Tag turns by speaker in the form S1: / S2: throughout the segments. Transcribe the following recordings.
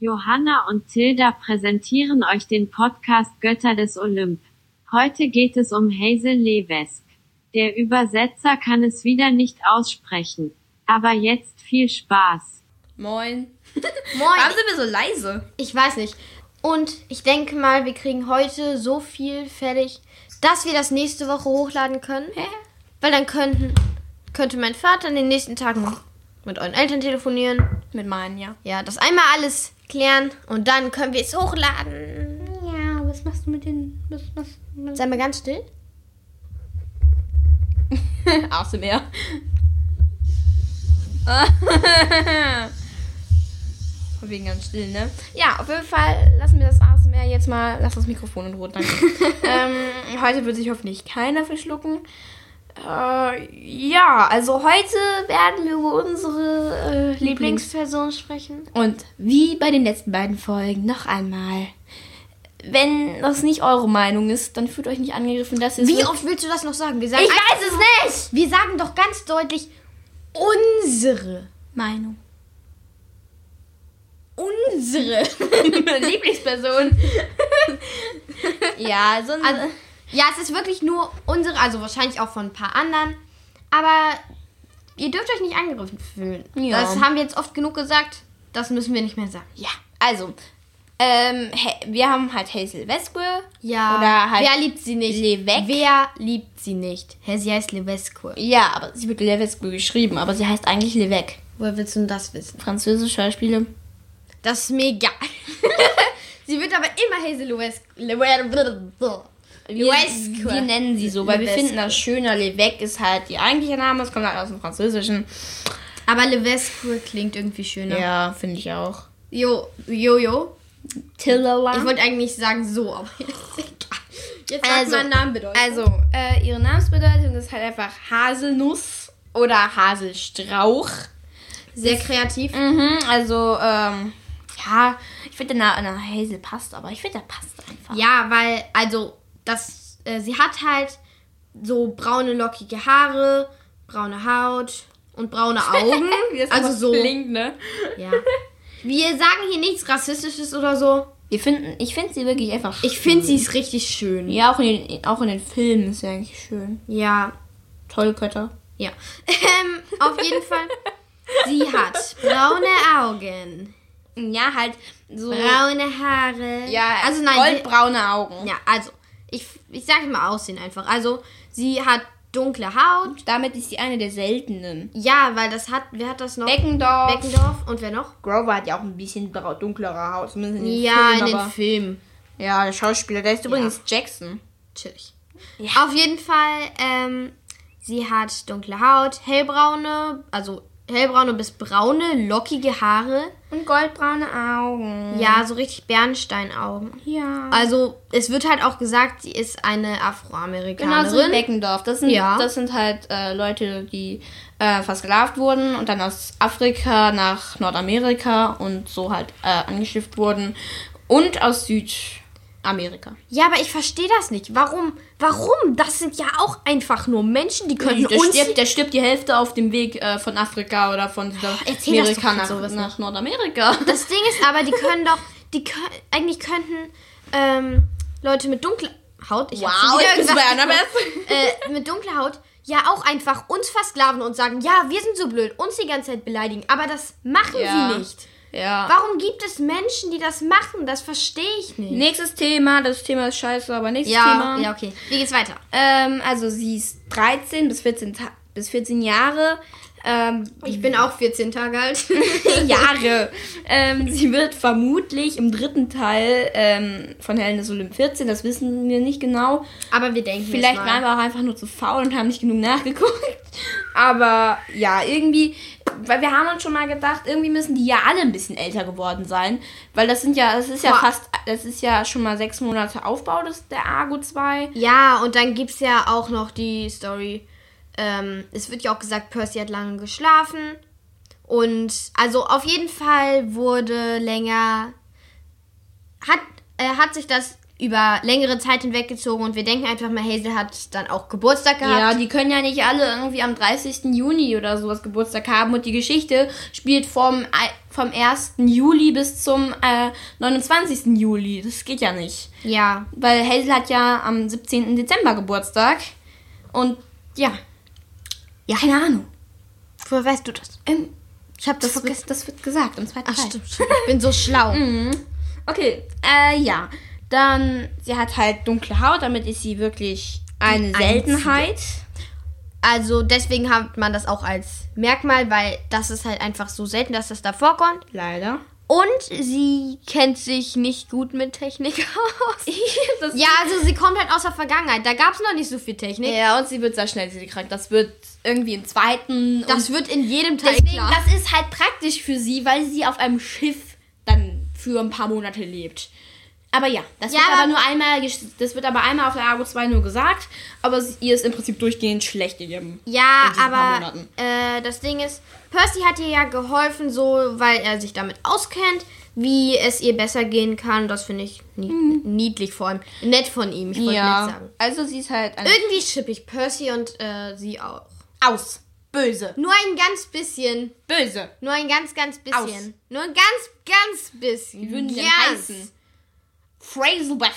S1: Johanna und Tilda präsentieren euch den Podcast Götter des Olymp. Heute geht es um Hazel Levesk. Der Übersetzer kann es wieder nicht aussprechen. Aber jetzt viel Spaß.
S2: Moin. Warum
S3: Moin.
S2: sind wir so leise?
S3: Ich weiß nicht. Und ich denke mal, wir kriegen heute so viel fertig, dass wir das nächste Woche hochladen können. Weil dann könnten, könnte mein Vater in den nächsten Tagen mit euren Eltern telefonieren.
S2: Mit meinen, ja.
S3: Ja, das einmal alles klären und dann können wir es hochladen.
S4: Ja, was machst du mit den. Was, was,
S3: Sei mal ganz still.
S2: ASMR. Von wegen ganz still, ne? Ja, auf jeden Fall lassen wir das ASMR jetzt mal. Lass das Mikrofon in Ruhe, danke. ähm, heute wird sich hoffentlich keiner verschlucken. Äh, ja, also heute werden wir über unsere äh, Lieblings...
S3: Lieblingsperson sprechen.
S2: Und wie bei den letzten beiden Folgen noch einmal. Wenn das nicht eure Meinung ist, dann fühlt euch nicht angegriffen, dass ihr
S3: Wie
S2: so-
S3: oft willst du das noch sagen? Wir sagen,
S2: Ich weiß es nicht!
S3: wir sagen doch ganz deutlich unsere.
S2: Meinung.
S3: Unsere.
S2: Lieblingsperson. ja, so ein.
S3: Also, ja, es ist wirklich nur unsere, also wahrscheinlich auch von ein paar anderen. Aber ihr dürft euch nicht angegriffen fühlen.
S2: Ja.
S3: Das haben wir jetzt oft genug gesagt. Das müssen wir nicht mehr sagen.
S2: ja, also. Ähm, hä- wir haben halt Hazel Westwood.
S3: Ja.
S2: Oder halt.
S3: Wer liebt sie nicht?
S2: Levesque.
S3: Wer liebt sie nicht? Hä, sie heißt Levesque.
S2: Ja, aber sie wird Levesque geschrieben, aber sie heißt eigentlich Levesque.
S3: Woher willst du denn das wissen?
S2: Französische Schauspieler.
S3: Das ist mir egal. sie wird aber immer Hazel Levesque. Levesque.
S2: Wir,
S3: Levesque.
S2: wir nennen sie so, weil wir
S3: Levesque.
S2: finden das schöner. Levesque ist halt ihr eigentlicher Name, es kommt halt aus dem Französischen.
S3: Aber Levesque klingt irgendwie schöner.
S2: Ja, finde ich auch.
S3: Jo, jo, jo. Ich
S2: Tillala.
S3: wollte eigentlich sagen so, aber jetzt egal. Jetzt sag
S2: Also,
S3: mal einen Namen bedeutet.
S2: Also, äh, ihre Namensbedeutung ist halt einfach Haselnuss oder Haselstrauch.
S3: Sehr kreativ.
S2: Mhm, also, ähm, ja, ich finde, der Na- na, Hazel passt, aber ich finde, der passt einfach.
S3: Ja, weil, also, das, äh, sie hat halt so braune, lockige Haare, braune Haut und braune Augen. also so.
S2: ne?
S3: Ja. Wir sagen hier nichts Rassistisches oder so.
S2: Wir finden, ich finde sie wirklich einfach
S3: Ich finde, sie ist richtig schön.
S2: Ja, auch in, den, auch in den Filmen ist sie eigentlich schön.
S3: Ja.
S2: Toll, Götter.
S3: Ja. Ähm, auf jeden Fall. Sie hat braune Augen,
S2: Ja, halt so.
S3: braune Haare.
S2: Ja,
S3: also nein, sie-
S2: Goldbraune Augen.
S3: Ja, also, ich, ich sage mal Aussehen einfach. Also, sie hat dunkle Haut.
S2: Damit ist sie eine der seltenen.
S3: Ja, weil das hat, wer hat das noch?
S2: Beckendorf.
S3: Beckendorf. Und wer noch?
S2: Grover hat ja auch ein bisschen brau- dunklere Haut. Zumindest in den
S3: ja,
S2: Filmen,
S3: in den
S2: aber-
S3: Filmen.
S2: Ja, der Schauspieler, der ist übrigens Jackson.
S3: Natürlich. Auf jeden Fall, ähm, sie hat dunkle Haut, hellbraune, also hellbraune bis braune, lockige Haare.
S2: Und goldbraune Augen.
S3: Ja, so richtig Bernsteinaugen.
S2: Ja.
S3: Also, es wird halt auch gesagt, sie ist eine Afroamerikanerin.
S2: Genau, so wie Beckendorf. Das sind,
S3: Ja.
S2: das sind halt äh, Leute, die äh, versklavt wurden und dann aus Afrika nach Nordamerika und so halt äh, angeschifft wurden. Und aus Südamerika.
S3: Ja, aber ich verstehe das nicht. Warum? Warum? Das sind ja auch einfach nur Menschen, die könnten
S2: Der
S3: uns
S2: stirbt, der stirbt die Hälfte auf dem Weg äh, von Afrika oder von
S3: Erzähl das doch
S2: Südamerika
S3: von
S2: nach,
S3: sowas
S2: nach Nordamerika.
S3: Das Ding ist aber, die können doch, die können, eigentlich könnten ähm, Leute mit dunkler Haut, ich hab's
S2: Wow,
S3: wieder
S2: ich bin's
S3: gesagt,
S2: bei Annabeth.
S3: äh, mit dunkler Haut ja auch einfach uns versklaven und sagen, ja, wir sind so blöd, uns die ganze Zeit beleidigen, aber das machen
S2: Ja.
S3: sie nicht.
S2: Ja.
S3: Warum gibt es Menschen, die das machen? Das verstehe ich nicht.
S2: Nächstes Thema, das Thema ist scheiße, aber nächstes
S3: Ja,
S2: Thema.
S3: ja, okay. Wie geht's weiter?
S2: Ähm, also sie ist 13 bis 14, Ta- bis 14 Jahre. Ähm,
S3: Ich bin auch 14 Tage alt.
S2: Jahre. ähm, sie wird vermutlich im dritten Teil ähm, von Helen des Olymp 14, das wissen wir nicht genau.
S3: aber wir denken
S2: Vielleicht
S3: es
S2: waren wir auch einfach nur zu faul und haben nicht genug nachgeguckt. Aber ja, irgendwie, weil wir haben uns schon mal gedacht, irgendwie müssen die ja alle ein bisschen älter geworden sein. Weil das sind ja, das ist ja
S3: Boah.
S2: fast, das ist ja schon mal sechs Monate Aufbau des, der Argo 2.
S3: Ja, und dann gibt's ja auch noch die Story. Ähm, es wird ja auch gesagt, Percy hat lange geschlafen. Und also auf jeden Fall wurde länger. Hat, äh, hat sich das über längere Zeit hinweggezogen und wir denken einfach mal, Hazel hat dann auch Geburtstag gehabt.
S2: Ja, die können ja nicht alle irgendwie am 30. Juni oder sowas Geburtstag haben und die Geschichte spielt vom, ei- vom 1. Juli bis zum äh, 29. Juli. Das geht ja nicht.
S3: Ja,
S2: Weil Hazel hat ja am 17. Dezember Geburtstag und ja. Ja, keine Ahnung.
S3: woher weißt du das?
S2: Ähm,
S3: Ich hab das
S2: das, wird, das wird gesagt im zweiten
S3: Ach
S2: Teil.
S3: stimmt, stimmt, ich bin so schlau.
S2: Okay, äh, ja. Dann, sie hat halt dunkle Haut, damit ist sie wirklich eine
S3: einzige.
S2: Seltenheit.
S3: Also deswegen hat man das auch als Merkmal, weil das ist halt einfach so selten, dass das da vorkommt.
S2: Leider.
S3: Und sie kennt sich nicht gut mit Technik aus.
S2: das
S3: Ja, also sie kommt halt aus der Vergangenheit. Da gab es noch nicht so viel Technik.
S2: Ja, und sie wird sehr schnell krank. Das wird irgendwie im zweiten.
S3: Das
S2: und
S3: wird in jedem Teil
S2: deswegen,
S3: klar.
S2: das ist halt praktisch für sie, weil sie auf einem Schiff dann für ein paar Monate lebt. Aber ja, das
S3: Ja,
S2: wird aber
S3: aber-
S2: nur einmal, ges- das wird aber einmal auf der Argo 2 nur gesagt, aber sie, ihr ist im Prinzip durchgehend schlecht in ihrem.
S3: Ja,
S2: in diesen paar
S3: aber
S2: Monaten.
S3: äh, das Ding ist, Percy hat ihr ja geholfen, so weil er sich damit auskennt, wie es ihr besser gehen kann. Das finde ich nie niedlich vor allem. Nett von ihm, ich wollte nett sagen.
S2: also sie ist halt eine
S3: Irgendwie schipp ich Percy und äh, sie auch.
S2: aus. Böse.
S3: Nur ein ganz bisschen.
S2: Böse.
S3: Nur ein ganz, ganz bisschen.
S2: Aus.
S3: Nur ein ganz, ganz bisschen.
S2: Wie würden die
S3: Yes.
S2: denn heißen? Frazelbeth.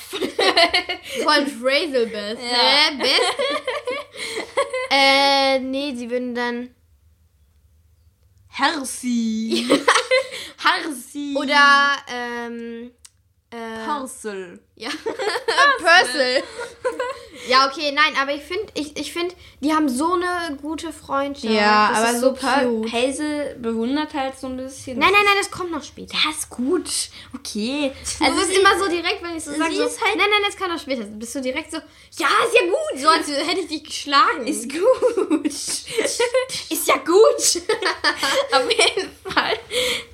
S3: Von Frazelbeth. Ja. Äh, Beth. äh, nee, sie würden dann.
S2: Hersey. Hersey.
S3: Oder, ähm. Äh,
S2: Parcel.
S3: ja. Purcell. ja, okay, nein, aber ich finde, ich, ich finde, die haben so eine gute Freundschaft.
S2: Ja,
S3: das
S2: aber
S3: ist
S2: so
S3: so
S2: Pur-
S3: cute.
S2: Hazel bewundert halt so ein bisschen.
S3: Nein, nein, nein, das kommt noch später.
S2: Das ist gut. Okay.
S3: Also du bist immer so direkt, wenn ich so sage,
S2: sie
S3: so,
S2: ist halt-
S3: nein, nein, das kann doch später. sein. Bist du direkt so, ja, ist ja gut, so als hätte ich dich geschlagen.
S2: Ist gut. ist ja gut. Auf jeden Fall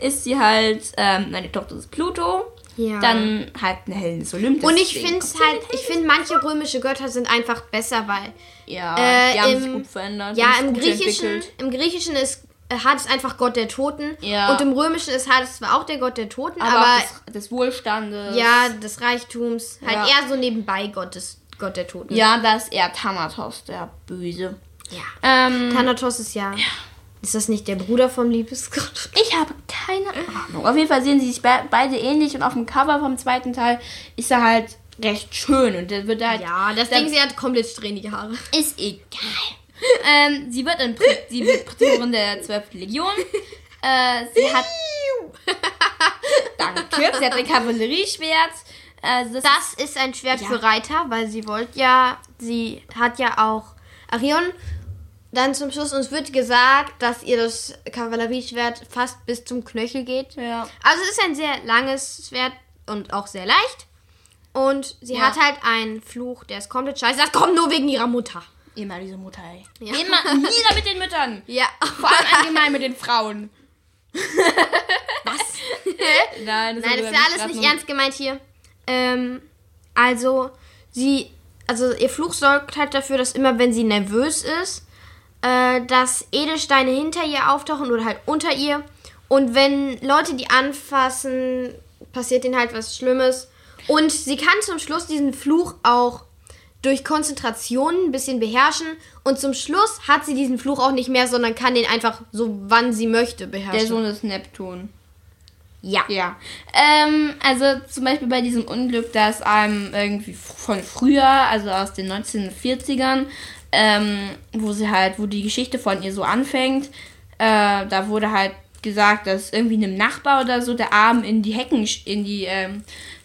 S2: ist sie halt ähm, meine Tochter des Pluto.
S3: ja.
S2: Dann halt eine Helen des Olympus.
S3: und ich finde halt, ich finde manche römische Götter sind einfach besser, weil
S2: Ja,
S3: äh,
S2: die haben sich
S3: im-
S2: gut verändert.
S3: ja
S2: haben sich
S3: im
S2: gut
S3: Griechischen,
S2: entwickelt.
S3: im Griechischen ist äh, Hades einfach Gott der Toten
S2: Ja.
S3: und im Römischen ist Hades zwar auch der Gott der Toten,
S2: Aber,
S3: aber,
S2: auch des, des Wohlstandes.
S3: ja des Reichtums halt
S2: Ja.
S3: eher so nebenbei Gott des Gott der Toten.
S2: Ja, da ist eher Thanatos, der Böse.
S3: ja.
S2: Ähm,
S3: Thanatos ist ja, ist das nicht der Bruder vom Liebesgott?
S2: Ich habe keine Ahnung. Auf jeden Fall sehen sie sich be beide ähnlich und auf dem Cover vom zweiten Teil ist er halt recht schön und der wird halt.
S3: Ja, das
S2: der
S3: Ding, sie hat komplett strähnige Haare.
S2: ist egal. ähm, sie wird in Pri- sie wird Prätorin der 12. Legion. Äh, sie hat. Danke. Sie hat ein Kavallerieschwert. Also das,
S3: Das ist ein Schwert für Reiter, weil sie wollte ja, sie hat ja auch Arion. Dann zum Schluss uns wird gesagt, dass ihr das Kavallerieschwert fast bis zum Knöchel geht.
S2: Ja.
S3: Also es ist ein sehr langes Schwert und auch sehr leicht. Und sie
S2: Ja.
S3: hat halt einen Fluch, der ist komplett scheiße. Das kommt nur wegen ihrer Mutter.
S2: Immer diese Mutter, ey.
S3: Ja.
S2: Immer nieder mit den Müttern.
S3: Ja.
S2: Vor allem allgemein mit den Frauen. Was? Nein, das,
S3: Nein,
S2: war
S3: das ist
S2: grad
S3: ja alles
S2: nur-
S3: nicht ernst gemeint hier. Ähm, also, sie, also ihr Fluch sorgt halt dafür, dass immer, wenn sie nervös ist, äh, dass Edelsteine hinter ihr auftauchen oder halt unter ihr. Und wenn Leute die anfassen, passiert ihnen halt was Schlimmes. Und sie kann zum Schluss diesen Fluch auch durch Konzentration ein bisschen beherrschen. Und zum Schluss hat sie diesen Fluch auch nicht mehr, sondern kann den einfach so, wann sie möchte, beherrschen.
S2: Der Sohn des Neptun.
S3: ja.
S2: Ja. Ähm, also zum Beispiel bei diesem Unglück, das einem irgendwie f- von früher, also aus den 1940ern, ähm, wo sie halt, wo die Geschichte von ihr so anfängt, äh, da wurde halt gesagt, dass irgendwie einem Nachbar oder so der Arm in die Hecken, sch- in die, ähm,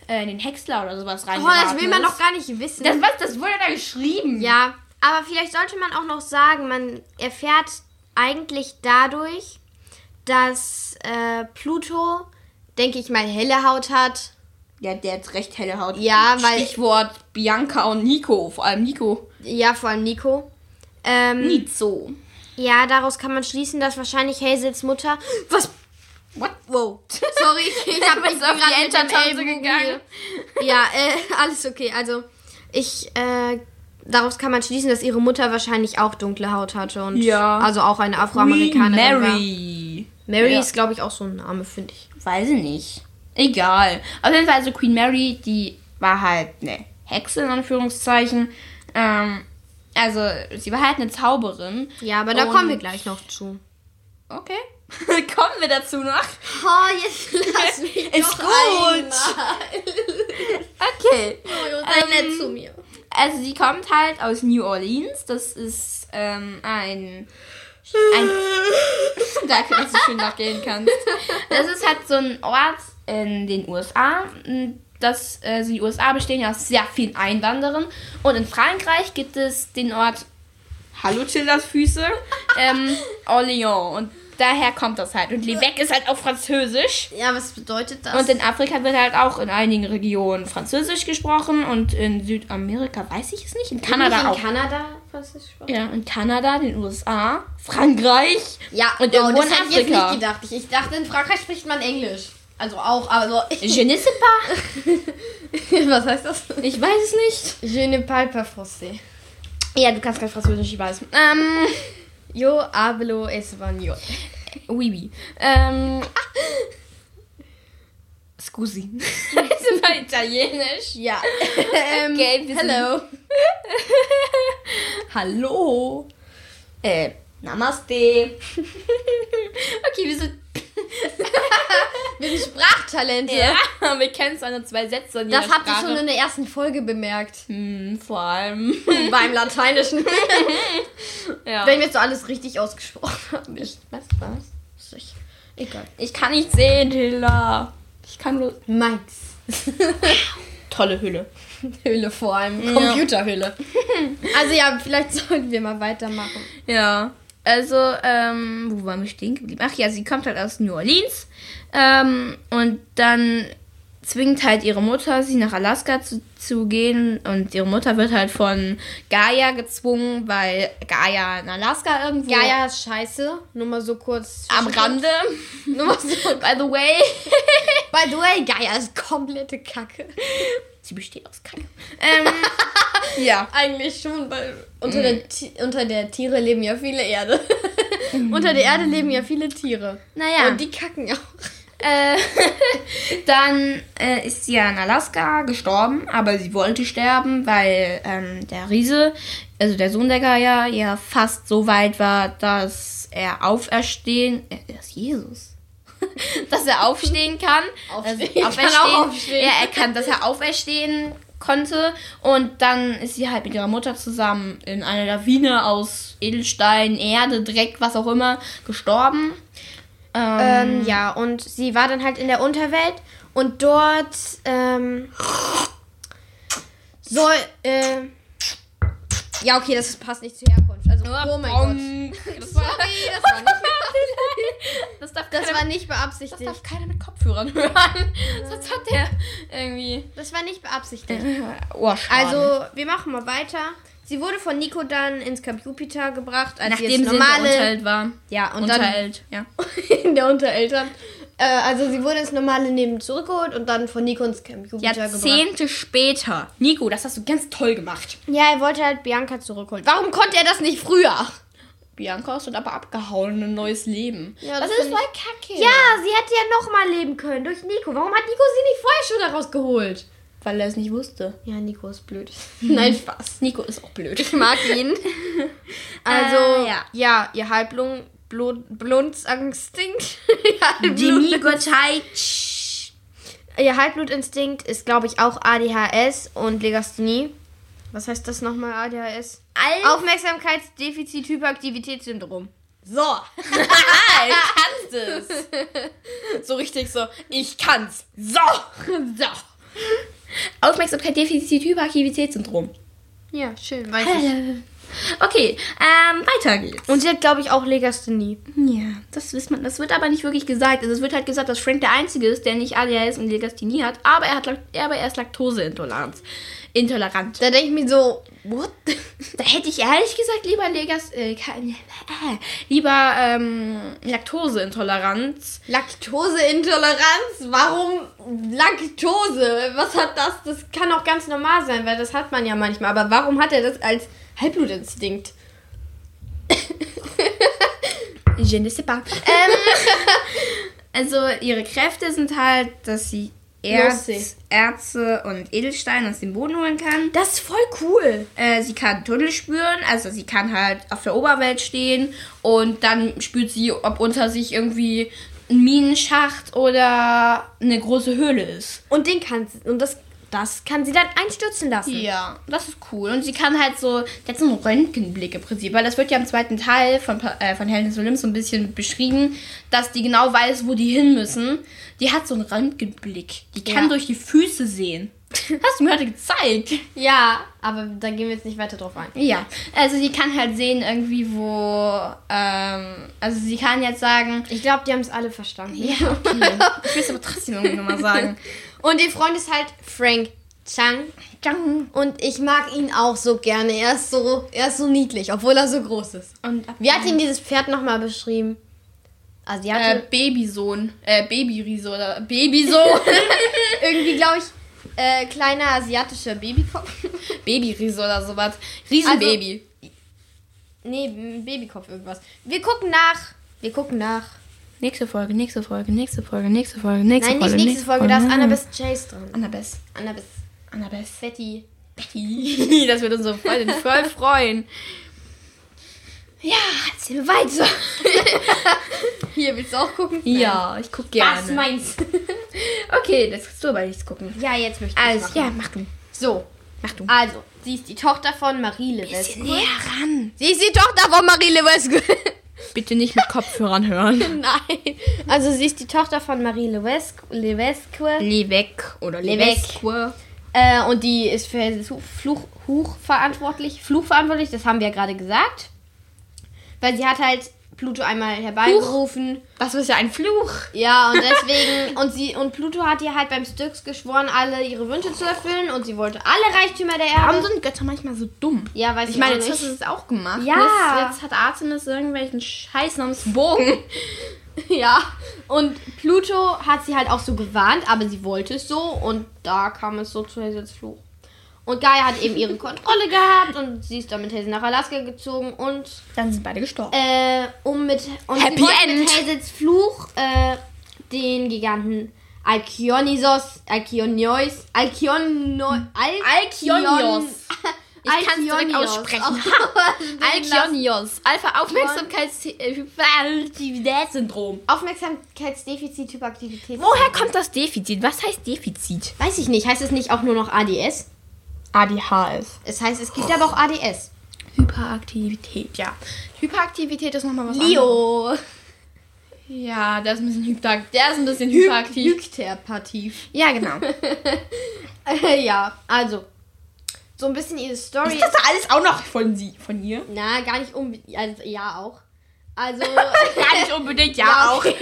S2: äh, in den Häcksler oder sowas rein.
S3: Oh, das will man doch gar nicht wissen.
S2: Das, was, das wurde da geschrieben.
S3: Ja, aber vielleicht sollte man auch noch sagen, man erfährt eigentlich dadurch, dass äh, Pluto, denke ich mal, helle Haut hat.
S2: Ja, der hat recht helle Haut.
S3: Ja, weil-
S2: Stichwort Bianca und Nico, vor allem Nico.
S3: Ja, vor allem Nico. Ähm,
S2: Nico.
S3: Ja, daraus kann man schließen, dass wahrscheinlich Hazels Mutter. Was?
S2: What?
S3: Wow. Sorry, ich habe mich
S2: Bist auf
S3: gerade
S2: die
S3: mit dem
S2: Elterntante
S3: Ellbogen
S2: gegangen.
S3: gegangen. Ja, äh, alles okay. Also, ich, äh, daraus kann man schließen, dass ihre Mutter wahrscheinlich auch dunkle Haut hatte und
S2: Ja.
S3: also auch eine
S2: Queen
S3: Afroamerikanerin war.
S2: Mary.
S3: Mary
S2: Ja.
S3: ist, glaube ich, auch so ein Name, finde ich.
S2: Weiß ich nicht. Egal. Auf jeden Fall, also Queen Mary, die war halt eine Hexe in Anführungszeichen. Ähm, also sie war halt eine Zauberin.
S3: Ja, aber da kommen wir
S2: Und-
S3: gleich noch zu.
S2: Okay. Kommen wir dazu noch.
S3: Oh, jetzt lass
S2: Ist
S3: mich Ähm,
S2: gut. Okay.
S4: Sei nett zu mir.
S2: Also sie kommt halt aus New Orleans. Das ist ähm, ein, ein Danke, dass du schön nachgehen kannst. Das ist halt so ein Ort in den USA. Das, also die USA bestehen ja aus sehr vielen Einwanderern. Und in Frankreich gibt es den Ort Hallo Childers Füße, ähm, Orléans. Und daher kommt das halt. Und Levesque ist halt auch französisch.
S3: Ja, was bedeutet das?
S2: Und in Afrika wird halt auch in einigen Regionen Französisch gesprochen und in Südamerika weiß ich es nicht. In Kanada
S3: Nicht in
S2: auch.
S3: Kanada Französisch gesprochen?
S2: ja, in Kanada, den USA, Frankreich.
S3: Ja,
S2: Und
S3: und
S2: irgendwo
S3: das
S2: in
S3: hätte ich jetzt
S2: Afrika.
S3: nicht gedacht. Ich, ich dachte, in Frankreich spricht man Englisch. Also auch, aber so.
S2: Je ne sais pas.
S3: was heißt das?
S2: Ich weiß es nicht.
S3: Je ne parle pas français.
S2: Ja, du kannst kein Französisch, ich weiß. Ähm,
S3: Yo hablo español.
S2: oui, oui. Ähm, scusi. das war italienisch.
S3: Ja. Ähm,
S2: Okay, wir sind-
S3: hello.
S2: Hallo. Äh, Namaste. okay, wir sind
S3: Wir sind Sprachtalente.
S2: Ja, wir kennen es an zwei Sätze in
S3: Das
S2: jeder
S3: habt ihr
S2: Sprache.
S3: schon in der ersten Folge bemerkt.
S2: Hm, vor allem.
S3: Beim Lateinischen.
S2: ja.
S3: Wenn wir jetzt so alles richtig ausgesprochen haben.
S2: ich, was, was?
S3: Ist nicht- Egal.
S2: Ich kann nicht sehen, Hilda. Ich kann nur...
S3: Meins.
S2: Tolle Hülle.
S3: Hülle vor allem. Computerhülle. Also ja, vielleicht sollten wir mal weitermachen.
S2: Ja. Also, ähm, wo waren wir stehen geblieben? Ach ja, sie kommt halt aus New Orleans. Ähm, und dann zwingt halt ihre Mutter, sie nach Alaska zu, zu gehen. Und ihre Mutter wird halt von Gaia gezwungen, weil Gaia in Alaska irgendwo...
S3: Gaia ist scheiße. Nur mal so kurz.
S2: Am Rande.
S3: Nur mal so.
S2: By the way.
S3: By the way, Gaia ist komplette Kacke.
S2: Sie besteht aus Kacke. Ähm, ja.
S3: Eigentlich schon, weil unter,
S2: Mm.
S3: der, Ti- unter der Tiere leben ja viele Erde. unter der Erde leben ja viele Tiere.
S2: Naja.
S3: Und die kacken auch.
S2: Äh, dann äh, ist sie ja in Alaska gestorben, aber sie wollte sterben, weil ähm, der Riese, also der Sohn der Gaia, ja fast so weit war, dass er auferstehen. Äh, das ist Jesus. dass er aufstehen kann.
S3: Aufstehen.
S2: Also,
S3: Kann auch aufstehen.
S2: Ja, er kann, dass er auferstehen konnte. Und dann ist sie halt mit ihrer Mutter zusammen in einer Lawine aus Edelstein, Erde, Dreck, was auch immer, gestorben. Ähm,
S3: Ähm, ja, und sie war dann halt in der Unterwelt und dort ähm, soll. Äh, ja, okay, das passt nicht zur Herkunft. Also, oh mein Gott.
S2: Das, war,
S3: Sorry, das war nicht,
S2: das, darf
S3: das
S2: keiner,
S3: war nicht
S2: das
S3: beabsichtigt.
S2: darf keiner mit Kopfhörern hören. Sonst hat der irgendwie.
S3: Das war nicht beabsichtigt.
S2: Ohrschaden.
S3: Äh, Also, wir machen mal weiter. Sie wurde von Nico dann ins Camp Jupiter gebracht, als sie
S2: nachdem
S3: jetzt
S2: sie normale,
S3: normale.
S2: unterhält war.
S3: ja, und dann
S2: Unterhält, ja.
S3: in der Untereltern. Äh, also sie wurde ins normale Leben zurückgeholt und dann von Nico ins Camp Jupiter gebracht.
S2: Jahrzehnte später. Nico, das hast du ganz toll gemacht.
S3: Ja, er wollte halt Bianca zurückholen. Warum konnte er das nicht früher?
S2: Bianca ist dann aber abgehauen, ein neues Leben.
S3: Ja,
S2: das,
S3: das
S2: ist
S3: find
S2: voll kacke.
S3: Ja, sie hätte ja nochmal leben können durch Nico. Warum hat Nico sie nicht vorher schon daraus geholt?
S2: Weil er es nicht wusste.
S3: Ja, Nico ist blöd.
S2: Mhm.
S3: Nein, Spaß.
S2: Nico ist auch blöd.
S3: Ich mag ihn. Also,
S2: Äh, ja.
S3: ja. ihr Halblung, Blut, Bluntsinstinkt.
S2: Demigotheit.
S3: ihr Halbblutinstinkt ist, glaube ich, auch ADHS und Legasthenie. Was heißt das nochmal, ADHS?
S2: Alf.
S3: Aufmerksamkeitsdefizit-Hyperaktivitätssyndrom. So.
S2: kannst es. So richtig so, ich kann's. So. So. Aufmerksamkeit, Defizit, Hyperaktivitätssyndrom.
S3: Ja, schön. Weiß ich.
S2: Okay, ähm, weiter geht's.
S3: Und sie hat, glaube ich, auch Legasthenie.
S2: Ja, das wisst man. Das wird aber nicht wirklich gesagt. Also es wird halt gesagt, dass Frank der Einzige ist, der nicht ADHS und Legasthenie hat, aber er hat Lak- er- aber er ist Laktoseintolerant. Intolerant.
S3: Da denke ich mir so, what?
S2: Da hätte ich ehrlich gesagt lieber Legas äh, kein- äh, lieber ähm, Laktoseintoleranz.
S3: Laktoseintoleranz? Warum Laktose? Was hat das? Das kann auch ganz normal sein, weil das hat man ja manchmal. Aber warum hat er das als Halbblutinstinkt?
S2: Je ne sais pas. Ähm, also ihre Kräfte sind halt, dass sie Erz,
S5: Lustig.
S2: Erze und Edelsteine aus dem Boden holen kann.
S5: Das ist voll cool.
S2: Äh, sie kann Tunnel spüren, also sie kann halt auf der Oberwelt stehen und dann spürt sie, ob unter sich irgendwie ein Minenschacht oder eine große Höhle ist.
S3: Und den kann sie- und das, das kann sie dann einstürzen lassen.
S2: Ja, das ist cool. Und sie kann halt so, jetzt einen Röntgenblick im Prinzip, weil das wird ja im zweiten Teil von, Pa- äh, von Helen Solim so ein bisschen beschrieben, dass die genau weiß, wo die hin müssen. Die hat so einen Röntgenblick. Die kann
S3: Ja.
S2: durch die Füße sehen. Hast du mir heute gezeigt.
S3: Ja, aber da gehen wir jetzt nicht weiter drauf ein.
S2: Ja, also sie kann halt sehen irgendwie, wo, ähm, also sie kann jetzt sagen,
S3: Ich glaube, die haben es alle verstanden.
S2: ja, okay, ich will es aber trotzdem irgendwie nochmal sagen.
S3: Und ihr Freund ist halt Frank Chang.
S2: Tschang.
S3: Und ich mag ihn auch so gerne. Er ist so, er ist so niedlich, obwohl er so groß ist.
S2: Und ab,
S3: Wie hat ihn dieses Pferd nochmal beschrieben? Also, sie
S2: äh,
S3: hatte
S2: Babysohn, äh, Babyriese oder Babysohn,
S3: irgendwie, glaube ich, äh, kleiner asiatischer Babykopf.
S2: Babyriese oder sowas,
S3: Also
S2: Riesenbaby.
S3: nee, m- Babykopf irgendwas. Wir gucken nach. Wir gucken nach.
S5: Nächste Folge, nächste Folge, nächste Folge, nächste Folge, nächste
S3: Nein, nicht nächste Folge, da ist Annabeth Chase drin.
S2: Annabeth,
S3: Annabeth
S2: Annabeth,
S3: Betty.
S2: Betty, das wird unsere Freundin voll freuen.
S3: Ja, erzähl weiter. Hier, willst du auch gucken?
S2: Ja, ich guck
S3: Was
S2: gerne.
S3: meinst du?
S2: Okay, das kannst du aber nicht gucken.
S3: Ja, jetzt möchte ich
S2: Also,
S3: machen.
S2: ja, mach du.
S3: So,
S2: Mach du.
S3: also, sie ist die Tochter von Marie Levesque.
S2: Bisschen näher ran.
S3: Sie ist die Tochter von Marie Levesque.
S2: Bitte nicht mit Kopfhörern hören.
S3: Nein. Also sie ist die Tochter von Marie Levesque. Levesque.
S2: Levec oder
S3: Levesque. Äh, und die ist für das Hu- Fluch, Huch verantwortlich. Fluch verantwortlich, das haben wir ja gerade gesagt. Weil sie hat halt Pluto einmal herbeigerufen.
S2: Das ist ja ein Fluch.
S3: Ja, und deswegen. und sie und Pluto hat ihr halt beim Styx geschworen, alle ihre Wünsche zu erfüllen. Und sie wollte alle Reichtümer der
S2: Warum
S3: Erde.
S2: sind Götter manchmal so dumm?
S3: Ja, weiß
S2: Ich
S3: ich,
S2: meine,
S3: auch
S2: jetzt hast du
S3: nicht.
S2: es auch gemacht.
S3: Ja.
S2: Jetzt, jetzt hat Artemis irgendwelchen Scheiß namens Bogen.
S3: Ja. Und Pluto hat sie halt auch so gewarnt, aber sie wollte es so und da kam es so zu Hazels Fluch. Und Gaia hat eben ihre Kontrolle gehabt und sie ist dann mit Hazel nach Alaska gezogen und
S2: Dann sind beide gestorben.
S3: äh, um mit und
S2: Happy
S3: sie wollte
S2: End.
S3: mit Hazels Fluch äh, den Giganten Alkionisos, Alkioniois, Alkionio,
S2: Äh,
S3: Al
S2: Alkionios. Ich kann's direkt
S3: Alkionios.
S2: aussprechen.
S3: Alkionios.
S2: Alkionios. Alpha Aufmerksamkeitssyndrom.
S3: Aufmerksamkeitsdefizit, Hyperaktivität.
S2: Woher kommt das Defizit? Was heißt Defizit?
S3: Weiß ich nicht, heißt es nicht auch nur noch ADS?
S2: ADHS.
S3: Es heißt, es gibt aber auch ADS.
S2: Hyperaktivität, ja. Hyperaktivität ist nochmal was anderes.
S3: Leo.
S2: Ja, der ist ein bisschen hyperaktiv. Der ist ein bisschen hyperaktiv.
S3: Hypterpativ.
S2: ja, genau.
S3: ja, also. So ein bisschen ihre Story.
S2: Ist das alles auch noch von sie, von ihr?
S3: Na, gar nicht unbedingt. Also, ja, auch. Also,
S2: Gar nicht unbedingt, ja,
S3: Ja,
S2: auch.
S3: zu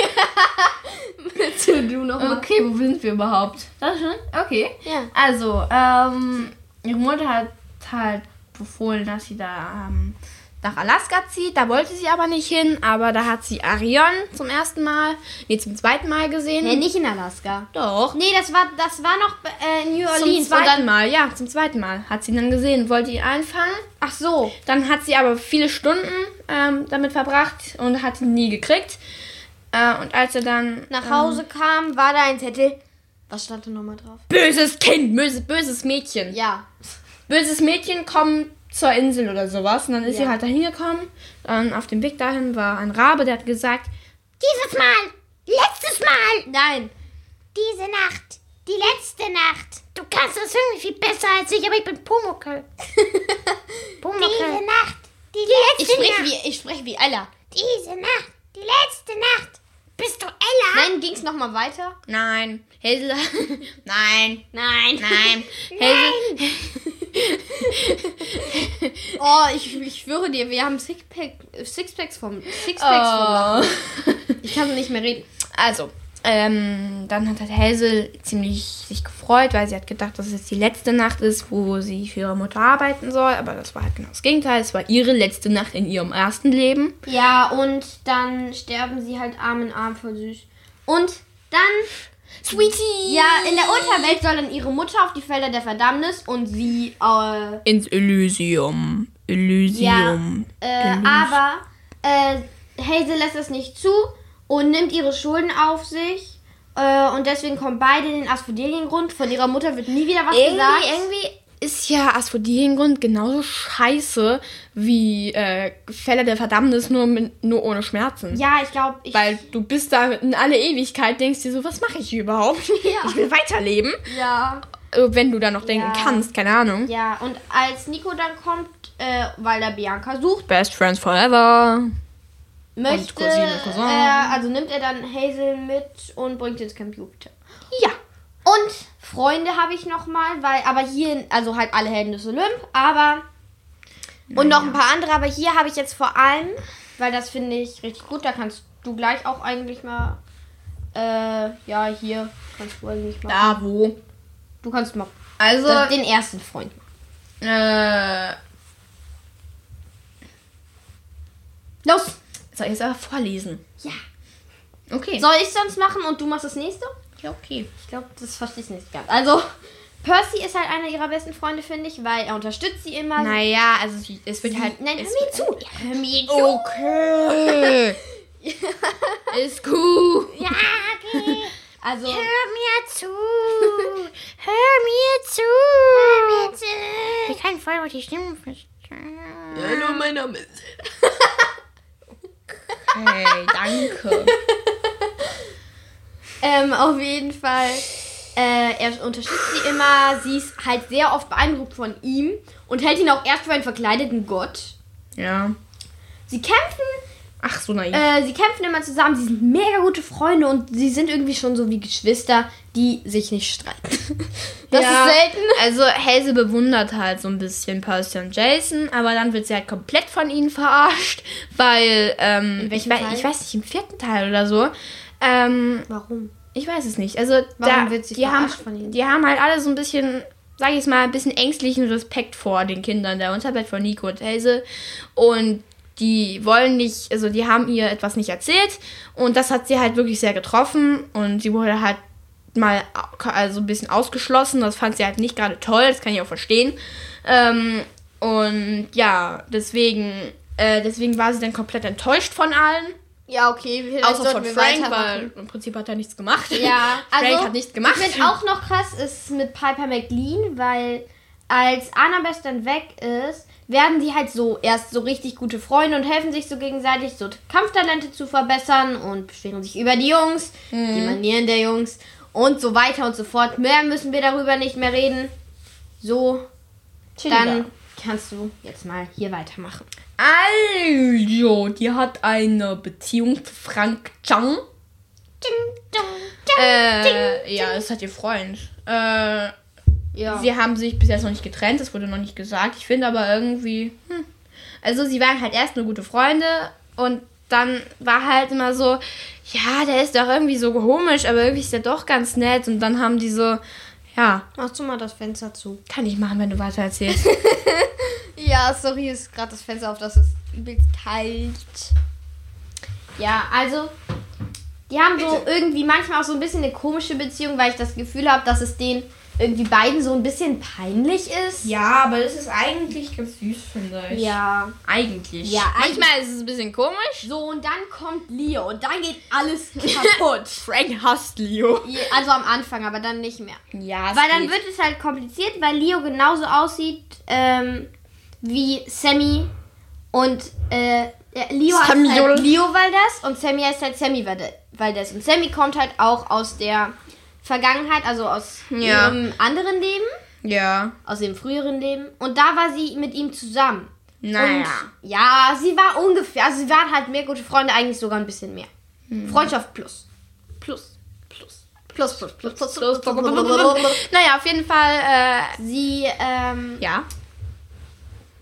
S3: Also, du nochmal.
S2: Okay, wo sind wir überhaupt? Das schon? Okay.
S3: Ja.
S2: Also, ähm, ihre Mutter hat halt befohlen, dass sie da ähm, nach Alaska zieht. Da wollte sie aber nicht hin, aber da hat sie Arion zum ersten Mal, nee, zum zweiten Mal gesehen.
S3: Nee, nicht in Alaska.
S2: Doch.
S3: Nee, das war, das war noch äh, in New
S2: Zum
S3: Orleans.
S2: zweiten Mal, ja, zum zweiten Mal hat sie ihn dann gesehen, wollte ihn einfangen.
S3: Ach so.
S2: Dann hat sie aber viele Stunden ähm, damit verbracht und hat ihn nie gekriegt. Äh, und als er dann
S3: Nach Hause kam, war da ein Zettel. Was stand da nochmal drauf?
S2: böses Kind, böses, böses Mädchen.
S3: Ja.
S2: Böses Mädchen kommt zur Insel oder sowas. Und dann ist
S3: Ja.
S2: sie halt dahin gekommen. Dann auf dem Weg dahin war ein Rabe, der hat gesagt,
S4: Dieses Mal, letztes Mal,
S3: Nein.
S4: diese Nacht, die letzte Nacht. Du kannst das irgendwie viel besser als ich, aber ich bin Pumuckl. Diese Nacht, die letzte
S3: Ich spreche
S4: Nacht.
S3: wie, ich sprech wie Ella.
S4: Diese Nacht, die letzte Nacht. Bist du Ella?
S3: Nein, ging's nochmal weiter?
S2: nein, Hazel, nein,
S3: Nein.
S2: nein, Hazel,
S3: Oh, ich, ich schwöre dir, wir haben Sixpack, Sixpacks vom Sixpacks vom
S2: oh.
S3: Ich kann nicht mehr reden.
S2: Also, ähm, dann hat halt Hazel ziemlich sich gefreut, weil sie hat gedacht, dass es jetzt die letzte Nacht ist, wo sie für ihre Mutter arbeiten soll. Aber das war halt genau das Gegenteil. Es war ihre letzte Nacht in ihrem ersten Leben.
S3: Ja, und dann sterben sie halt arm in arm voll süß. Und dann,
S2: Sweetie!
S3: ja, in der Unterwelt soll dann ihre Mutter auf die Felder der Verdammnis und sie, äh,
S2: Ins Elysium. Elysium.
S3: äh, aber äh, Hazel lässt das nicht zu und nimmt ihre Schulden auf sich Äh, und deswegen kommen beide in den Asphodeliengrund. Von ihrer Mutter wird nie wieder was gesagt.
S2: irgendwie ist ja Asphodeliengrund genauso scheiße wie äh, Fälle der Verdammnis, nur, mit, nur ohne Schmerzen.
S3: Ja, ich glaube, ich.
S2: Weil du bist da in alle Ewigkeit, denkst dir so, was mache ich hier überhaupt? Ich will weiterleben.
S3: ja.
S2: Äh, Wenn du da noch denken
S3: Ja.
S2: kannst, keine Ahnung.
S3: Ja, und als Nico dann kommt, äh, weil er Bianca sucht,
S2: Best Friends Forever.
S3: möchte
S2: Cousine, Cousin.
S3: er, also nimmt er dann Hazel mit und bringt sie ins Computer.
S2: Ja.
S3: Und Freunde habe ich nochmal, weil, aber hier, also halt alle Helden des Olymp, aber. Und noch ein paar andere, aber hier habe ich jetzt vor allem, weil das finde ich richtig gut, da kannst du gleich auch eigentlich mal. Äh, ja, hier kannst du eigentlich mal.
S2: Da wo.
S3: Du kannst mal
S2: Also,
S3: das, den ersten Freund.
S2: äh,
S3: Los!
S2: soll ich es aber vorlesen?
S3: Ja.
S2: Okay.
S3: Soll ich sonst machen und du machst das nächste?
S2: Ja, okay.
S3: Ich glaube, das verstehe ich nicht ganz. Also, Percy ist halt einer ihrer besten Freunde, finde ich, weil er unterstützt sie immer.
S2: Naja, also sie- es wird
S3: Sie-
S2: halt.
S3: nein, hör
S2: es
S3: mir zu. Hör mir zu.
S2: Okay. ist gut.
S4: Ja, okay.
S3: Also,
S4: Hör mir zu. Hör mir zu. Hör mir zu. Ich kann voll gut die Stimme verstehen.
S2: Hallo, mein Name ist. Okay, danke.
S3: ähm, auf jeden Fall. Äh, er unterstützt sie immer. Sie ist halt sehr oft beeindruckt von ihm und hält ihn auch erst für einen verkleideten Gott.
S2: Ja.
S3: Sie kämpfen,
S2: Ach, so naiv.
S3: äh, sie kämpfen immer zusammen. Sie sind mega gute Freunde und sie sind irgendwie schon so wie Geschwister, die sich nicht streiten. Das
S2: Ja.
S3: ist selten.
S2: Also Hazel bewundert halt so ein bisschen Percy und Jason, aber dann wird sie halt komplett von ihnen verarscht, weil ähm, ich,
S3: welchem
S2: wei-
S3: Teil?
S2: ich weiß nicht im vierten Teil oder so. Ähm,
S3: Warum?
S2: ich weiß es nicht. Also
S3: Warum
S2: da,
S3: wird sie
S2: die haben
S3: verarscht von ihnen?
S2: die haben halt alle so ein bisschen, sag ich mal, ein bisschen ängstlichen Respekt vor den Kindern der Unterwelt von Nico und Hazel und die wollen nicht, also die haben ihr etwas nicht erzählt und das hat sie halt wirklich sehr getroffen und sie wurde halt mal au- also ein bisschen ausgeschlossen. Das fand sie halt nicht gerade toll, das kann ich auch verstehen. Ähm, und ja, deswegen, äh, deswegen war sie dann komplett enttäuscht von allen.
S3: Ja, okay. vielleicht
S2: Außer
S3: sollten
S2: von
S3: wir
S2: Frank,
S3: weitermachen.
S2: weil im Prinzip hat er nichts gemacht.
S3: Ja, also
S2: Frank hat nichts gemacht.
S3: Was auch noch krass ist mit Piper McLean, weil als Annabeth dann weg ist, werden die halt so erst so richtig gute Freunde und helfen sich so gegenseitig, so Kampftalente zu verbessern und beschweren sich über die Jungs, die Manieren der Jungs und so weiter und so fort. Mehr müssen wir darüber nicht mehr reden. So, dann kannst du jetzt mal hier weitermachen.
S2: Also, die hat eine Beziehung zu Frank Chang. Äh, ja, das hat ihr Freund. Äh,
S3: Ja.
S2: Sie haben sich bis jetzt noch nicht getrennt, das wurde noch nicht gesagt. Ich finde aber irgendwie. Hm. Also, sie waren halt erst nur gute Freunde und dann war halt immer so, ja, der ist doch irgendwie so komisch, aber irgendwie ist der doch ganz nett. Und dann haben die so, ja,
S3: Machst du mal das Fenster zu?
S2: kann ich machen, wenn du weiter erzählst.
S3: Ja, sorry, ist gerade das Fenster auf, das ist übelst kalt. Ja, also, die haben so irgendwie manchmal auch so ein bisschen eine komische Beziehung, weil ich das Gefühl habe, dass es denen irgendwie beiden so ein bisschen peinlich ist.
S2: ja, aber das ist eigentlich ganz süß, finde ich.
S3: Ja.
S2: Eigentlich.
S3: Ja, eigentlich-
S2: Manchmal ist es ein bisschen komisch.
S3: So, und dann kommt Leo und dann geht alles kaputt.
S2: Frank hasst Leo.
S3: Je- also am Anfang, aber dann nicht mehr.
S2: Ja,
S3: Weil dann wird es halt kompliziert, weil Leo genauso aussieht ähm, wie Sammy und äh, ja, Leo heißt
S2: Samuel.
S3: halt Leo Valdez und Sammy heißt halt Sammy Valde- Valdez. Und Sammy kommt halt auch aus der Vergangenheit, also aus
S2: Ja.
S3: ihrem anderen Leben,
S2: Ja.
S3: aus dem früheren Leben. Und da war sie mit ihm zusammen.
S2: Naja.
S3: Und ja, sie war ungefähr, also sie waren halt mehr gute Freunde, eigentlich sogar ein bisschen mehr. Freundschaft plus. Hm. Plus. Plus. Plus, plus, plus, plus, plus, plus, plus, plus, plus.
S2: naja, auf jeden Fall, äh,
S3: Sie, ähm,
S2: ja.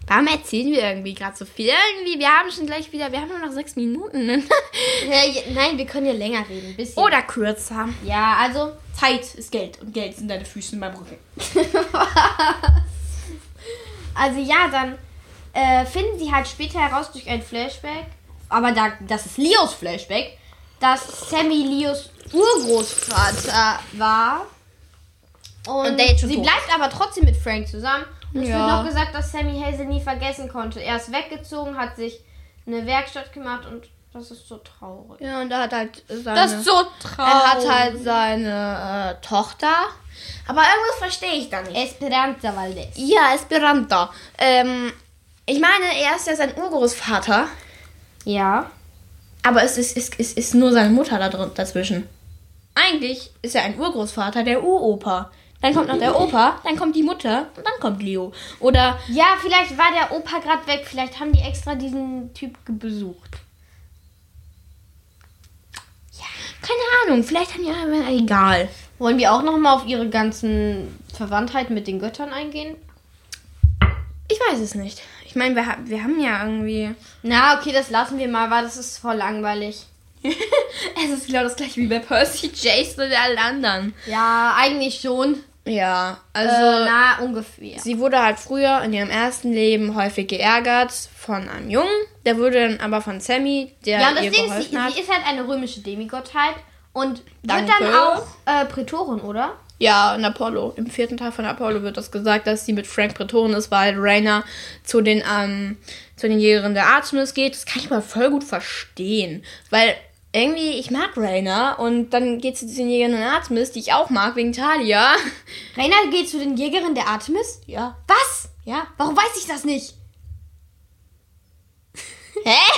S2: Warum erzählen wir irgendwie gerade so viel? Irgendwie, wir haben schon gleich wieder, wir haben nur noch sechs Minuten.
S3: äh, nein, wir können ja länger reden. Bisschen.
S2: Oder kürzer.
S3: Ja, also,
S2: Zeit ist Geld und Geld sind deine Füße in meinem Rücken.
S3: also ja, dann äh, finden sie halt später heraus durch ein Flashback, aber da, das ist Leos Flashback, dass Sammy Leos Urgroßvater war. Und,
S2: der jetzt schon
S3: sie
S2: tot
S3: bleibt aber trotzdem mit Frank zusammen. Und es
S2: Ja.
S3: wird noch gesagt, dass Sammy Hazel nie vergessen konnte. Er ist weggezogen, hat sich eine Werkstatt gemacht und
S6: Das ist so traurig.
S2: Ja, und er hat halt seine.
S6: Das ist so
S2: er
S6: traurig.
S2: hat halt seine äh, Tochter. Aber irgendwas verstehe ich da nicht.
S3: Esperanza Valdez.
S2: Ja, Esperanto. Ähm, ich meine, er ist ja sein Urgroßvater,
S3: Ja.
S2: aber es ist, es ist, ist nur seine Mutter da drin, dazwischen. Eigentlich ist er ein Urgroßvater, der Uropa. Dann kommt noch der Opa, dann kommt die Mutter und dann kommt Leo. Oder
S3: Ja, vielleicht war der Opa gerade weg. Vielleicht haben die extra diesen Typ ge- besucht.
S2: keine Ahnung, vielleicht haben die aber egal.
S3: Wollen wir auch nochmal auf ihre ganzen Verwandtheiten mit den Göttern eingehen?
S2: Ich weiß es nicht. Ich meine, wir, ha- wir haben ja irgendwie.
S3: Na, okay, das lassen wir mal, weil das ist voll langweilig.
S2: Es ist genau das gleiche wie bei Percy Jason und allen anderen.
S3: Ja, eigentlich schon.
S2: Ja, also.
S3: äh, na, ungefähr.
S2: Sie wurde halt früher in ihrem ersten Leben häufig geärgert von einem Jungen. Der wurde dann aber von Sammy, der
S3: Ja, und das
S2: ihr
S3: Ding
S2: geholfen
S3: ist, sie,
S2: hat.
S3: sie ist halt eine römische Demigöttheit und
S2: Danke.
S3: wird dann auch äh, Prätorin, oder?
S2: ja, in Apollo. Im vierten Teil von Apollo wird das gesagt, dass sie mit Frank Pretoren ist, weil Rainer zu den, ähm, zu den Jägerinnen der Artemis geht. Das kann ich mal voll gut verstehen. Weil irgendwie, ich mag Rainer und dann geht sie zu den Jägerinnen der Artemis, die ich auch mag, wegen Talia.
S3: Rainer geht zu den Jägerinnen der Artemis?
S2: Ja.
S3: Was?
S2: Ja.
S3: Warum weiß ich das nicht?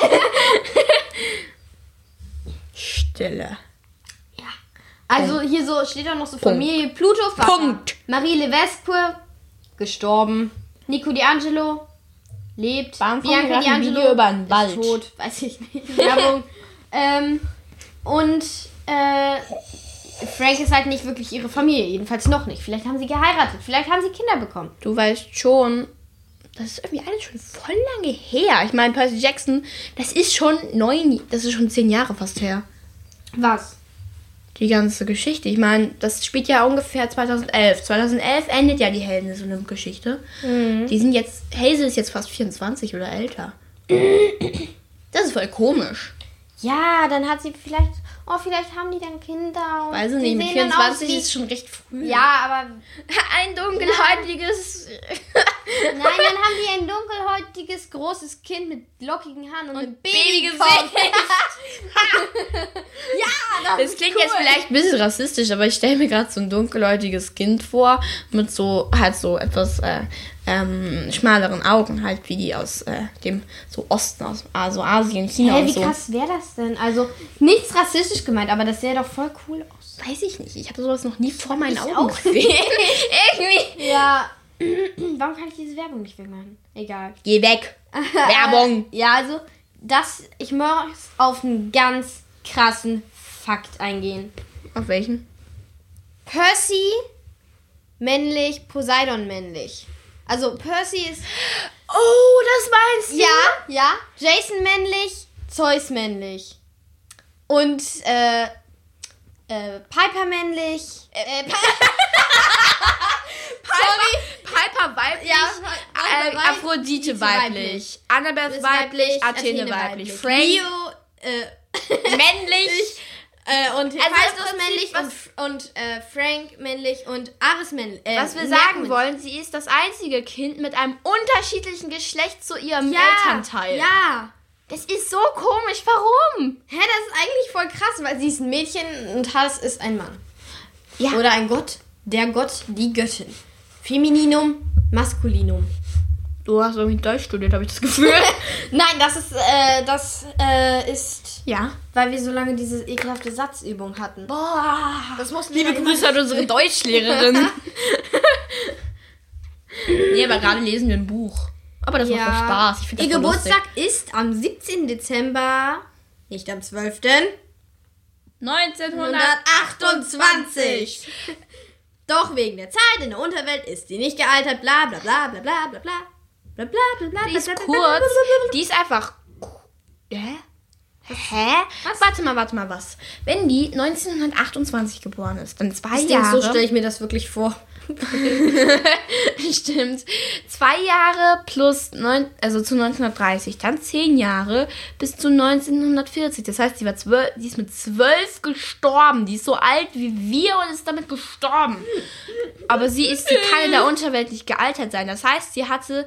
S2: Stille.
S3: Also hier so steht auch noch so Familie Pluto, Vater.
S2: Punkt.
S3: Marie Levesque, gestorben. Nico D'Angelo, lebt.
S2: Warum kommt gerade ein Video über einen Wald?
S3: ist tot, weiß ich nicht. Werbung. ähm, und äh, Frank ist halt nicht wirklich ihre Familie, jedenfalls noch nicht. Vielleicht haben sie geheiratet, vielleicht haben sie Kinder bekommen.
S2: du weißt schon, das ist irgendwie alles schon voll lange her. Ich meine, Percy Jackson, das ist schon neun, das ist schon zehn Jahre fast her.
S3: Was?
S2: Die ganze Geschichte. Ich meine, das spielt ja ungefähr 2011. 2011 endet ja die Helden des Olymp-Geschichte.
S3: Mhm.
S2: Die sind jetzt, Hazel ist jetzt fast 24 oder älter. Das ist voll komisch.
S3: Ja, dann hat sie vielleicht. Oh, vielleicht haben die dann Kinder. Und
S2: Weiß
S3: die
S2: ich nicht, mit
S3: sehen dann aus
S2: 24
S3: wie-
S2: ist schon recht früh.
S3: Ja, aber
S2: Ein dunkelhäutiges.
S3: Nein, dann haben die ein dunkelhäutiges, großes Kind mit lockigen Haaren und, einem Babygesicht. ja, das,
S2: Das klingt jetzt vielleicht ein bisschen rassistisch, aber ich stelle mir gerade so ein dunkelhäutiges Kind vor, mit so, halt so etwas äh, ähm, schmaleren Augen, halt wie die aus äh, dem so Osten, aus also Asien, China
S3: Hä,
S2: und
S3: wie
S2: so.
S3: krass wäre das denn? Also, nichts rassistisch gemeint, aber das sähe doch voll cool aus.
S2: Weiß ich nicht, ich habe sowas noch nie vor meinen Augen
S3: auch.
S2: gesehen. Irgendwie.
S3: Ja. Hm, Warum kann ich diese Werbung nicht wegmachen? Egal.
S2: Geh weg. Werbung.
S3: Ja, also, das, ich muss auf einen ganz krassen Fakt eingehen.
S2: Auf welchen?
S3: Percy männlich, Poseidon männlich. Also, Percy ist
S2: Oh, das meinst
S3: Ja, ja. Jason männlich, Zeus männlich. Und äh, äh, Piper männlich. Äh, Piper,
S2: Piper weiblich,
S3: ja,
S2: äh,
S3: Piper weiblich,
S2: Aphrodite
S3: Nietzsche
S2: weiblich, Annabeth weiblich, Athene weiblich, Frank
S3: Leo äh,
S2: männlich,
S3: äh, und
S2: Hephaistos
S3: Hephaistos männlich und, und äh, Frank männlich und Ares männlich. Äh,
S2: Was wir
S3: Merk
S2: sagen
S3: männlich.
S2: wollen, sie ist das einzige Kind mit einem unterschiedlichen Geschlecht zu ihrem
S3: Ja,
S2: Elternteil.
S3: Ja.
S2: Das ist so komisch. Warum?
S3: Hä, das ist eigentlich voll krass, weil sie ist ein Mädchen und Hades ist ein Mann.
S2: Ja.
S3: Oder ein Gott, der Gott, die Göttin. Femininum, Maskulinum.
S2: Du hast irgendwie Deutsch studiert, habe ich das Gefühl.
S3: Nein, das ist, äh, das, äh, ist,
S2: ja.
S3: weil wir so lange diese ekelhafte Satzübung hatten.
S2: Boah.
S3: das mussten
S2: Liebe Grüße an halt unsere Deutschlehrerin. nee, aber gerade lesen wir ein Buch. Aber das macht doch Spaß. Ich finde das
S3: Ihr
S2: voll
S3: Geburtstag
S2: Lustig.
S3: ist am 17. Dezember, nicht am 12.
S2: 1900.
S3: 128. Doch wegen der Zeit in der Unterwelt ist sie nicht gealtert, bla bla bla bla bla bla bla. Bla, bla, bla, bla,
S2: Die ist
S3: bla, bla, bla,
S2: kurz.
S3: bla, bla, bla, bla.
S2: Die ist einfach. Hä? Hä? Warte mal, warte mal, was? Wenn die 1928 geboren ist, dann zwei
S3: Ich denke,
S2: Jahre.
S3: so stelle ich mir das wirklich vor.
S2: Stimmt. Zwei Jahre plus neun, also zu 1930, dann zehn Jahre bis zu 1940. Das heißt, sie war zwölf, die ist mit zwölf gestorben. Die ist so alt wie wir und ist damit gestorben. Aber sie ist, sie kann in der Unterwelt nicht gealtert sein. Das heißt, sie hatte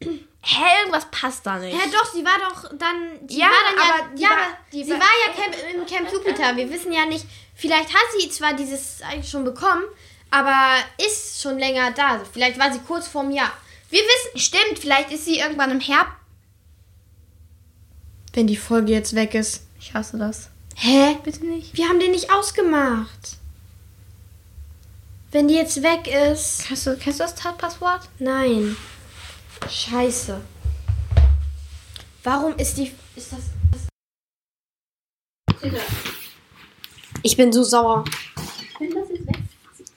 S2: Hä, irgendwas passt da nicht.
S3: Ja, doch, sie war doch dann. Die
S2: Ja,
S3: war dann ja,
S2: aber die
S3: ja,
S2: war-
S3: aber
S2: die
S3: sie
S2: war-
S3: war, ja Camp, im Camp Jupiter. Wir wissen ja nicht. Vielleicht hat sie zwar dieses eigentlich schon bekommen, aber ist schon länger da. Vielleicht war sie kurz vorm Jahr. Wir wissen.
S7: Stimmt, vielleicht ist sie irgendwann im Herbst.
S3: Wenn die Folge jetzt weg ist.
S7: Ich hasse das.
S3: Hä?
S7: Bitte nicht.
S3: Wir haben den nicht ausgemacht. Wenn die jetzt weg ist.
S7: Kannst du, kennst du das Tatpasswort?
S3: Nein. Scheiße. Warum ist die. Ist das. Ich bin so sauer.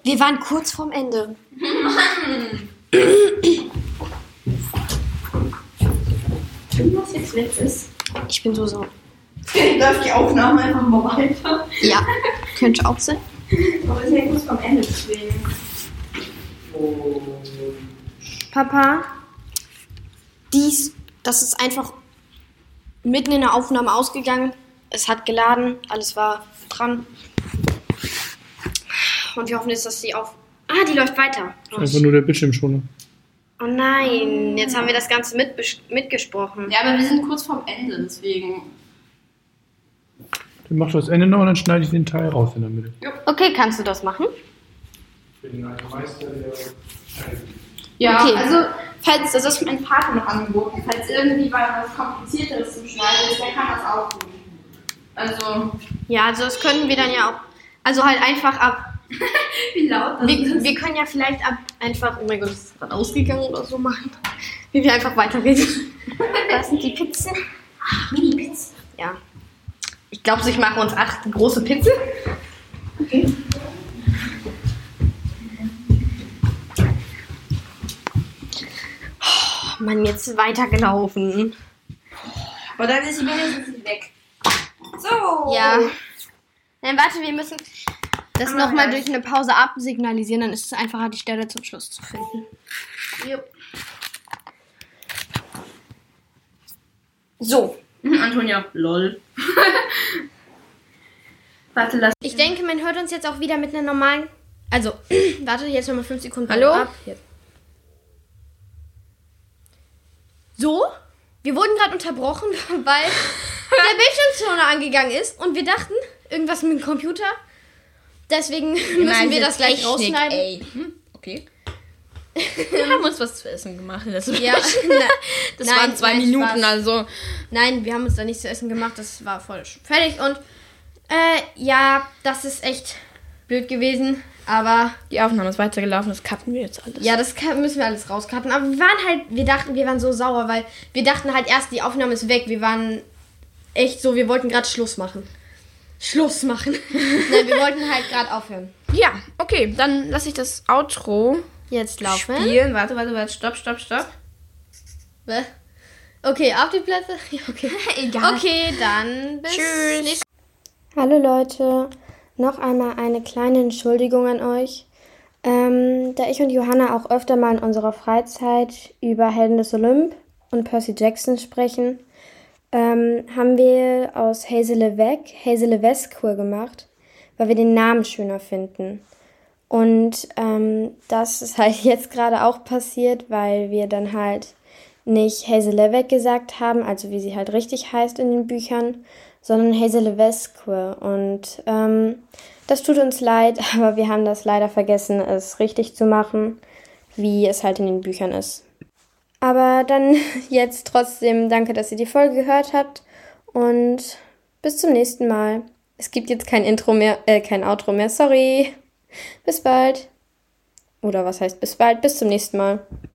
S3: Wir waren kurz vorm Ende.
S8: Wenn das jetzt weg ist,
S3: Ich bin so sauer.
S8: läuft die Aufnahme einfach mal weiter.
S3: Ja, könnte auch sein.
S8: Aber sie muss vom Ende deswegen.
S3: Papa, dies, das ist einfach mitten in der Aufnahme ausgegangen. Es hat geladen, alles war dran. Und wir hoffen jetzt, dass die auf. Ah, die läuft weiter.
S9: Einfach Also nur der Bildschirmschoner.
S3: Oh nein, jetzt haben wir das Ganze mitbes- mitgesprochen.
S10: Ja, aber wir sind kurz vorm Ende, deswegen.
S9: Dann machst du das Ende noch und dann schneide ich den Teil raus in der Mitte.
S3: Okay, kannst du das machen?
S9: Ich bin ein Meister der
S10: Ja,
S3: Okay.
S10: also, falls, das ist mein Partner noch angeboten, falls irgendwie mal was Komplizierteres zum Schneiden ist, der kann das auch tun. Also,
S3: Ja, also das könnten wir dann ja auch. Also halt einfach ab.
S10: wie laut das ist.
S3: Wir, wir können ja vielleicht ab einfach. Oh mein Gott, das ist gerade ausgegangen oder so machen. Wie wir einfach weiterreden. Das sind die Pizzen.
S10: Mini-Bits.
S3: Ja. Ich glaube, ich mache uns acht große Pizzen. Oh Mann, jetzt weitergelaufen.
S10: Aber dann ist sie wenigstens nicht weg. So!
S3: Ja. Dann warte, wir müssen das
S10: Aber
S3: nochmal
S10: gleich.
S3: durch eine Pause absignalisieren, dann ist es einfacher, die Stelle zum Schluss zu finden. So.
S10: Mhm, Antonia, lol. Warte, lass.
S3: Ich denke, man hört uns jetzt auch wieder mit einer normalen. Also, warte, jetzt nochmal 5 Sekunden.
S2: Hallo?
S3: Ab. So? Wir wurden gerade unterbrochen, weil der Bildschirmschoner angegangen ist und wir dachten, irgendwas mit dem Computer. Deswegen müssen wir das gleich rausschneiden. Hm?
S7: Okay. Wir haben uns was zu essen gemacht. Das,
S3: Ja, na,
S7: das
S3: nein,
S7: waren zwei
S3: nein,
S7: Minuten,
S3: Spaß.
S7: also.
S3: Nein, wir haben uns da nichts zu essen gemacht. Das war voll sch- fertig. Und äh, ja, das ist echt blöd gewesen. Aber
S2: Die Aufnahme ist weitergelaufen, das cutten wir jetzt alles.
S3: ja, das kann, müssen wir alles rauskarten. Aber wir waren halt, wir dachten, wir waren so sauer, weil wir dachten halt erst, die Aufnahme ist weg. Wir waren echt so, wir wollten gerade Schluss machen. Schluss machen. Nein, wir wollten halt gerade aufhören.
S2: Ja, okay, dann lasse ich das Outro
S3: Jetzt laufen.
S2: spielen. Warte, warte, warte, stopp, stopp, stopp.
S3: Hä? Okay, auf die Plätze. Ja, okay. Egal. Okay, dann bis Tschüss.
S11: Hallo Leute, noch einmal eine kleine Entschuldigung an euch. Ähm, da ich und Johanna auch öfter mal in unserer Freizeit über Helden des Olymp und Percy Jackson sprechen, ähm, haben wir aus Hazel Levesque Hazel Levesque gemacht, weil wir den Namen schöner finden. Und ähm, das ist halt jetzt gerade auch passiert, weil wir dann halt nicht Hazel Levesque gesagt haben, also wie sie halt richtig heißt in den Büchern, sondern Hazel Levesque. Und ähm, das tut uns leid, aber wir haben das leider vergessen, es richtig zu machen, wie es halt in den Büchern ist. Aber dann jetzt trotzdem danke, dass ihr die Folge gehört habt und bis zum nächsten Mal. Es gibt jetzt kein Intro mehr, äh, kein Outro mehr, sorry. Bis bald. Oder was heißt bis bald? Bis zum nächsten Mal.